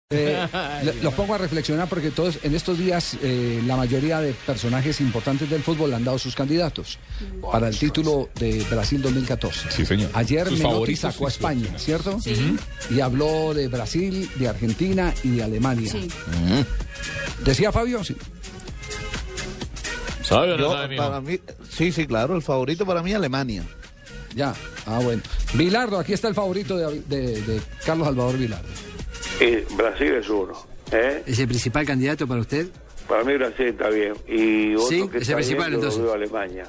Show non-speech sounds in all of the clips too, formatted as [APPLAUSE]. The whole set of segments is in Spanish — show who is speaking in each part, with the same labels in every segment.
Speaker 1: [LAUGHS]
Speaker 2: Eh, lo- los pongo a reflexionar porque todos en estos días eh, la mayoría de personajes importantes del fútbol han dado sus candidatos para el título de Brasil 2014.
Speaker 1: Sí, señor.
Speaker 2: Ayer
Speaker 1: Sus
Speaker 2: Menotti
Speaker 1: favoritos
Speaker 2: sacó a
Speaker 1: y sus
Speaker 2: España,
Speaker 1: finalistas.
Speaker 2: ¿cierto? Y habló de Brasil, de Argentina y de Alemania.
Speaker 3: Sí.
Speaker 2: Decía Fabio, sí.
Speaker 4: ¿Sabe o no
Speaker 5: Yo,
Speaker 4: sabe, mijo?
Speaker 5: para mí, sí, sí, claro, el favorito para mí Alemania.
Speaker 2: Ya, ah bueno. Vilardo, aquí está el favorito de, de- de Carlos Salvador Vilardo.
Speaker 6: Y Brasil es uno. ¿eh?
Speaker 7: ¿Es el principal candidato para usted?
Speaker 6: Para mí Brasil está bien. Y otro
Speaker 7: Sí,
Speaker 6: que
Speaker 7: es
Speaker 6: está
Speaker 7: el principal,
Speaker 6: bien, yo
Speaker 7: entonces.
Speaker 6: lo veo Alemania.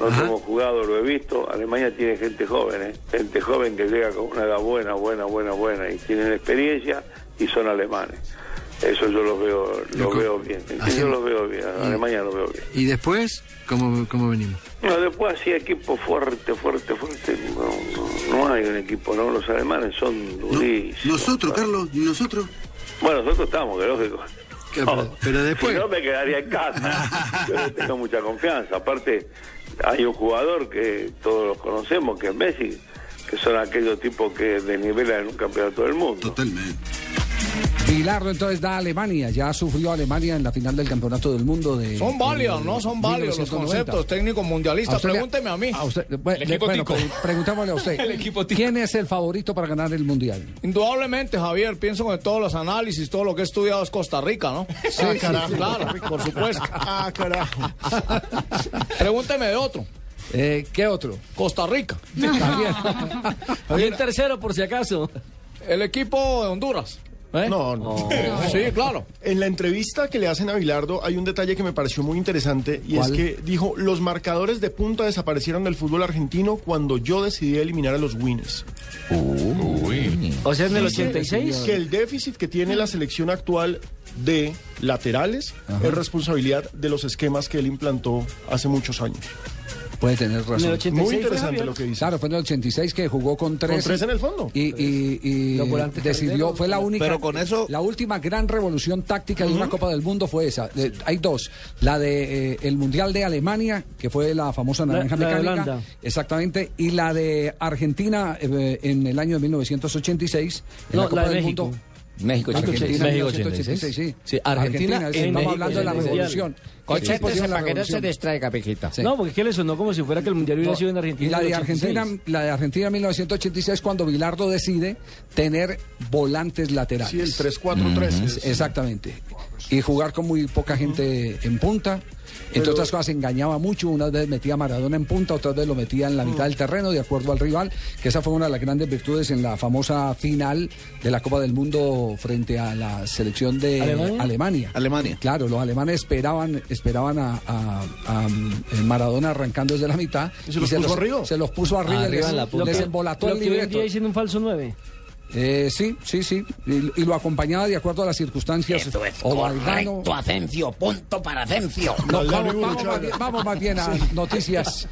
Speaker 6: No
Speaker 7: Ajá.
Speaker 6: hemos jugado, lo he visto. Alemania tiene gente joven, ¿eh? gente joven que llega con una edad buena, buena, buena, buena. Y tienen experiencia y son alemanes. Eso yo los veo, los veo bien.
Speaker 7: Así- Mm.
Speaker 6: Yo los veo bien. A Alemania los veo bien.
Speaker 7: ¿Y después? ¿Cómo, cómo venimos?
Speaker 6: No, después así equipo fuerte, fuerte, fuerte. No, no- no hay un equipo, ¿no? Los alemanes son durísimos.
Speaker 8: Nosotros, Carlos, y nosotros.
Speaker 6: Bueno, nosotros estamos, que lógico.
Speaker 7: ¿Qué-
Speaker 6: No.
Speaker 9: Oh.
Speaker 7: pero- pero después?
Speaker 6: Si no, me quedaría en casa. Yo le tengo mucha confianza. Aparte, hay un jugador que todos los conocemos, que es Messi, que son aquellos tipos que desnivelan en un campeonato del mundo.
Speaker 8: Totalmente.
Speaker 2: Vilardo entonces da a Alemania, ya sufrió Alemania en la final del Campeonato del Mundo de...
Speaker 4: Son válidos, ¿no? Son válidos los
Speaker 2: 1990.
Speaker 4: conceptos técnicos
Speaker 10: Ah,
Speaker 4: mundialistas.
Speaker 2: usted le-
Speaker 4: Pregúnteme a mí.
Speaker 2: usted- bueno,
Speaker 1: El equipo
Speaker 2: bueno,
Speaker 1: tico.
Speaker 2: pre- preguntémosle a usted.
Speaker 1: [LAUGHS] El equipo tico.
Speaker 2: ¿Quién es el favorito para ganar el mundial?
Speaker 4: Indudablemente, Javier, pienso que todos los análisis, todo lo que he estudiado es Costa Rica,
Speaker 10: [LAUGHS]
Speaker 4: ¿no? Sí, claro, por supuesto. Ah, carajo. [LAUGHS] Pregúnteme de otro.
Speaker 2: Eh, ¿Qué otro?
Speaker 4: Costa Rica.
Speaker 9: [LAUGHS]
Speaker 2: También.
Speaker 9: Y el tercero, por si acaso.
Speaker 4: El equipo de Honduras. ¿eh?
Speaker 10: No, no.
Speaker 4: Sí, claro.
Speaker 10: En la entrevista que le hacen a Bilardo hay un detalle que me pareció muy interesante y
Speaker 2: ¿Cuál?
Speaker 10: es que dijo, los marcadores de punta desaparecieron del fútbol argentino cuando yo decidí eliminar a los winners.
Speaker 1: Uy.
Speaker 9: O sea, en el
Speaker 10: Dice
Speaker 9: 86.
Speaker 10: Que el déficit que tiene la selección actual de laterales es responsabilidad de los esquemas que él implantó hace muchos años.
Speaker 2: Puede tener
Speaker 9: En el
Speaker 2: razón.
Speaker 9: 86
Speaker 10: Muy
Speaker 9: fue,
Speaker 10: interesante
Speaker 9: Javier.
Speaker 10: lo que dice.
Speaker 2: Claro, fue en el 86 que jugó con tres.
Speaker 10: tres en el fondo.
Speaker 2: Pues Y, y- y
Speaker 9: Los volantes
Speaker 2: decidió,
Speaker 9: carreteros.
Speaker 2: fue la única.
Speaker 5: Pero con eso-
Speaker 2: La última gran revolución táctica de una Copa del Mundo fue esa. Eh, hay dos. La de eh, el Mundial de Alemania, que fue la famosa
Speaker 9: La-
Speaker 2: Naranja
Speaker 9: la de
Speaker 2: Mecánica.
Speaker 9: Holanda.
Speaker 2: exactamente. Y la de Argentina eh, en el año de 1986. En
Speaker 9: No,
Speaker 2: la Copa
Speaker 9: la de
Speaker 2: del
Speaker 9: México.
Speaker 2: Mundo.
Speaker 4: México,
Speaker 2: Argentina,
Speaker 9: México
Speaker 2: 1986, sí.
Speaker 4: Sí, Argentina
Speaker 2: es-
Speaker 9: en
Speaker 2: estamos
Speaker 9: México,
Speaker 2: hablando de la
Speaker 9: en el
Speaker 2: revolución. Equipos en la revolución.
Speaker 4: distraiga, Pejita.
Speaker 2: Sí.
Speaker 9: No, porque ¿qué le sonó como si fuera que el mundial hubiera sido en Argentina?
Speaker 2: Y la
Speaker 9: en el
Speaker 2: de Argentina,
Speaker 9: 86.
Speaker 2: la de Argentina en 1986 cuando Bilardo decide tener volantes laterales.
Speaker 10: Sí, el 3-4-3. es-
Speaker 2: Exactamente. Y jugar con muy poca gente en punta. Entre
Speaker 10: Pero-
Speaker 2: otras cosas, engañaba mucho. Unas veces metía a Maradona en punta, otras veces lo metía en la mitad del terreno, de acuerdo al rival. Que esa fue una de las grandes virtudes en la famosa final de la Copa del Mundo frente a la selección de
Speaker 9: ¿Alemania?
Speaker 2: Alemania.
Speaker 5: Alemania.
Speaker 2: Claro, los alemanes esperaban, esperaban a, a- a, mm, Maradona arrancando desde la mitad.
Speaker 10: Y se los puso arriba.
Speaker 2: Se los puso arriba,
Speaker 4: Arriba
Speaker 2: les,
Speaker 4: en la punta.
Speaker 2: les embolató
Speaker 9: Lo
Speaker 2: el
Speaker 9: que hoy en
Speaker 2: libreto.
Speaker 9: día dicen un falso 9.
Speaker 2: Eh, sí, sí, sí. Y, y lo acompañaba de acuerdo a las circunstancias. o bailando.
Speaker 4: Asensio, punto para Asensio.
Speaker 2: No,
Speaker 10: Valdano y
Speaker 2: vamos, vamos
Speaker 10: Burruchaga.
Speaker 2: más bien, vamos más bien a noticias.